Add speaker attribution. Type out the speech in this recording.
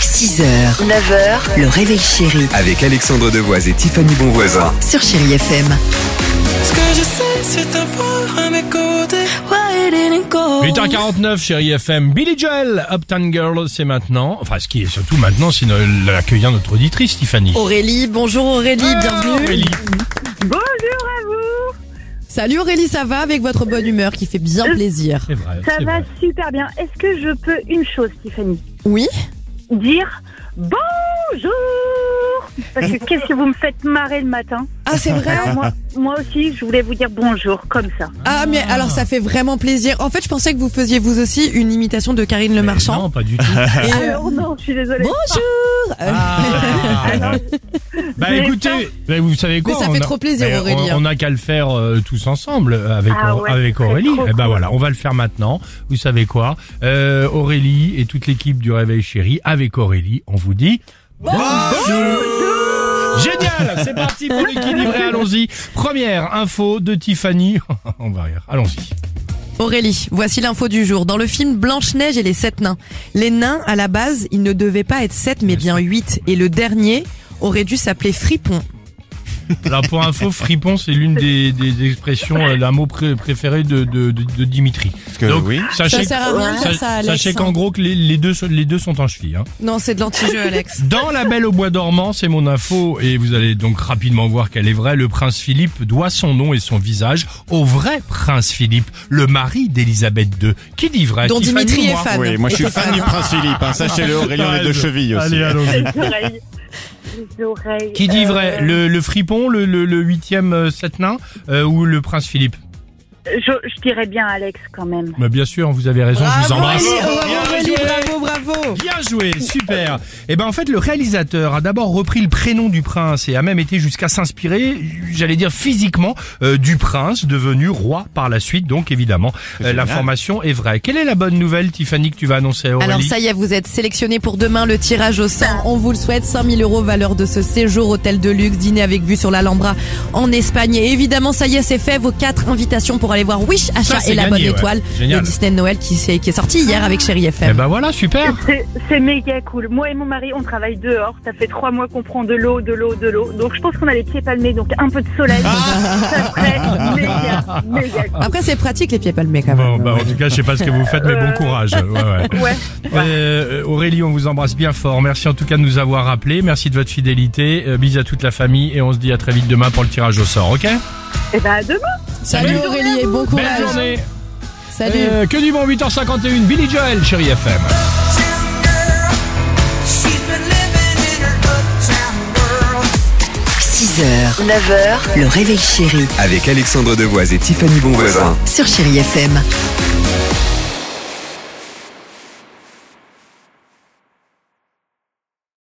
Speaker 1: 6h, 9h, le réveil chéri
Speaker 2: Avec Alexandre Devoise et Tiffany Bonvoisin.
Speaker 1: sur Chéri FM.
Speaker 3: Ce que je sais, c'est t'avoir à mes côtés. Why didn't go?
Speaker 4: 8h49, chérie FM. Billy Joel, Uptown Girl, c'est maintenant. Enfin, ce qui est surtout maintenant, c'est no- l'accueillir notre auditrice, Tiffany.
Speaker 5: Aurélie, bonjour Aurélie, Oh,
Speaker 3: Ah,
Speaker 5: bienvenue.
Speaker 4: Aurélie.
Speaker 6: Bonjour à vous
Speaker 5: Salut Aurélie, ça va avec votre bonne humeur qui fait bien plaisir.
Speaker 4: C'est vrai,
Speaker 6: Ça
Speaker 4: c'est
Speaker 6: va
Speaker 4: vrai.
Speaker 6: super bien. Est-ce que je peux une chose, Tiffany
Speaker 5: Oui
Speaker 6: Dire bonjour Parce que qu'est-ce que vous me faites marrer le matin
Speaker 5: Ah c'est vrai
Speaker 6: Alors moi, moi aussi, je voulais vous dire bonjour, comme ça.
Speaker 5: Ah mais alors ça fait vraiment plaisir. En fait je pensais que vous faisiez vous aussi une imitation de Karine Le
Speaker 4: Mais
Speaker 5: Marchand.
Speaker 4: Non, pas du tout.
Speaker 5: Et,
Speaker 1: Ah,
Speaker 5: euh,
Speaker 6: Alors non, je suis désolée.
Speaker 5: bonjour Euh,
Speaker 4: Ah. bah
Speaker 6: Mais
Speaker 4: écoutez, bah, vous savez quoi
Speaker 5: Mais ça
Speaker 4: on
Speaker 5: fait
Speaker 4: a-
Speaker 5: trop plaisir,
Speaker 4: bah,
Speaker 5: Aurélie,
Speaker 4: On on n'a qu'à le faire euh, tous ensemble euh, avec
Speaker 6: Ah
Speaker 4: Aur-
Speaker 6: ouais,
Speaker 4: avec
Speaker 6: ce serait
Speaker 4: Aurélie.
Speaker 6: trop
Speaker 4: Et bah
Speaker 6: cool.
Speaker 4: voilà, on va le faire maintenant. Vous savez quoi Euh, Aurélie et toute l'équipe du Réveil Chéri avec Aurélie, on vous dit bonjour. Génial, c'est parti pour l'équilibré, allons-y. Première info de Tiffany. on va rire, allons-y.
Speaker 5: Aurélie, voici l'info du jour. Dans le film Blanche-Neige et les sept nains, les nains à la base ils ne devaient pas être sept mais bien huit et le dernier aurait dû s'appeler Fripon.
Speaker 4: Alors pour info, fripon, c'est l'une des, des expressions, euh, d'un mot pré- préféré de, de, de, de Dimitri. Donc, sachez
Speaker 5: Ça sert à rien de faire
Speaker 4: Sa-
Speaker 5: ça Alex. hein.
Speaker 4: Sachez qu'en gros que les, les deux sont- les deux sont en cheville. hein.
Speaker 5: Non c'est de l'anti-jeu Alex.
Speaker 4: Dans La Belle au Bois dormant, c'est mon info et vous allez donc rapidement voir qu'elle est vraie. Le prince Philippe doit son nom et son visage au vrai prince Philippe, le mari d'Élisabeth II. Qui dit vrai
Speaker 5: Dont
Speaker 4: Tiffany
Speaker 5: Dimitri
Speaker 4: ou
Speaker 5: est
Speaker 4: moi
Speaker 5: fan.
Speaker 7: Oui, moi je suis
Speaker 5: Était
Speaker 7: fan du Prince Philippe, hein, sachez-le, Aurélien les deux chevilles aussi.
Speaker 4: Allez, allons-y.
Speaker 6: Les oreilles. Les oreilles.
Speaker 4: Qui dit
Speaker 6: Euh,
Speaker 4: vrai le, le fripon, le, le, le huitième euh, sept nains euh, ou le prince Philippe
Speaker 6: je, je dirais bien Alex quand même.
Speaker 4: Mais Bien sûr, vous avez raison, je vous embrasse.
Speaker 5: Aurélie, Aurélie,
Speaker 4: Bien joué.
Speaker 5: bravo, bravo.
Speaker 4: Bien joué, super. Et ben en fait, le réalisateur a d'abord repris le prénom du prince et a même été jusqu'à s'inspirer, j'allais dire physiquement, euh, du prince devenu roi par la suite. Donc évidemment, euh, l'information est vraie. Quelle est la bonne nouvelle, Tiffany, que tu vas annoncer à Aurélie
Speaker 5: Alors ça y est, vous êtes sélectionné pour demain le tirage au sort. On vous le souhaite, 5000 euros valeur de ce séjour, hôtel de luxe, dîner avec vue sur l'Alhambra en Espagne. Et évidemment, ça y est, c'est fait, vos quatre invitations pour aller voir Wish, Achat
Speaker 4: c'est
Speaker 5: et la
Speaker 4: gagné, ouais.
Speaker 5: bonne étoile,
Speaker 4: Génial.
Speaker 5: le Disney de Noël qui, s'est- qui est sorti hier avec Chéri
Speaker 4: Eh
Speaker 5: FM.
Speaker 4: ben voilà, super.
Speaker 6: C'est- C'est méga cool. Moi et mon mari, on travaille dehors. Ça fait trois mois qu'on prend de l'eau, de l'eau, de l'eau. Donc je pense qu'on a les pieds palmés, donc un peu de soleil.
Speaker 4: Ah.
Speaker 6: ça serait méga, méga cool.
Speaker 5: Après, c'est pratique les pieds palmés quand même.
Speaker 4: Eh ben. Bon, bah, en tout cas, je sais pas ce que vous faites, mais bon courage. Ouais, ouais.
Speaker 6: Ouais.
Speaker 4: Euh, Aurélie, on vous embrasse bien fort. Merci en tout cas de nous avoir rappelé. Merci de votre fidélité. Euh, Bisous à toute la famille et on se dit à très vite demain pour le tirage au sort, ok
Speaker 6: Et bah à demain.
Speaker 5: Salut Aurélie et bon
Speaker 4: Belle
Speaker 5: courage.
Speaker 4: journée.
Speaker 5: Salut.
Speaker 4: Euh, que du bon 8h51, Billy Joel, chérie FM.
Speaker 3: She's been living in her uptown world.
Speaker 1: 6h, 9h, le réveil chéri
Speaker 2: Avec Alexandre Devoise et Tiffany Bonvoisin.
Speaker 1: sur Chéri FM.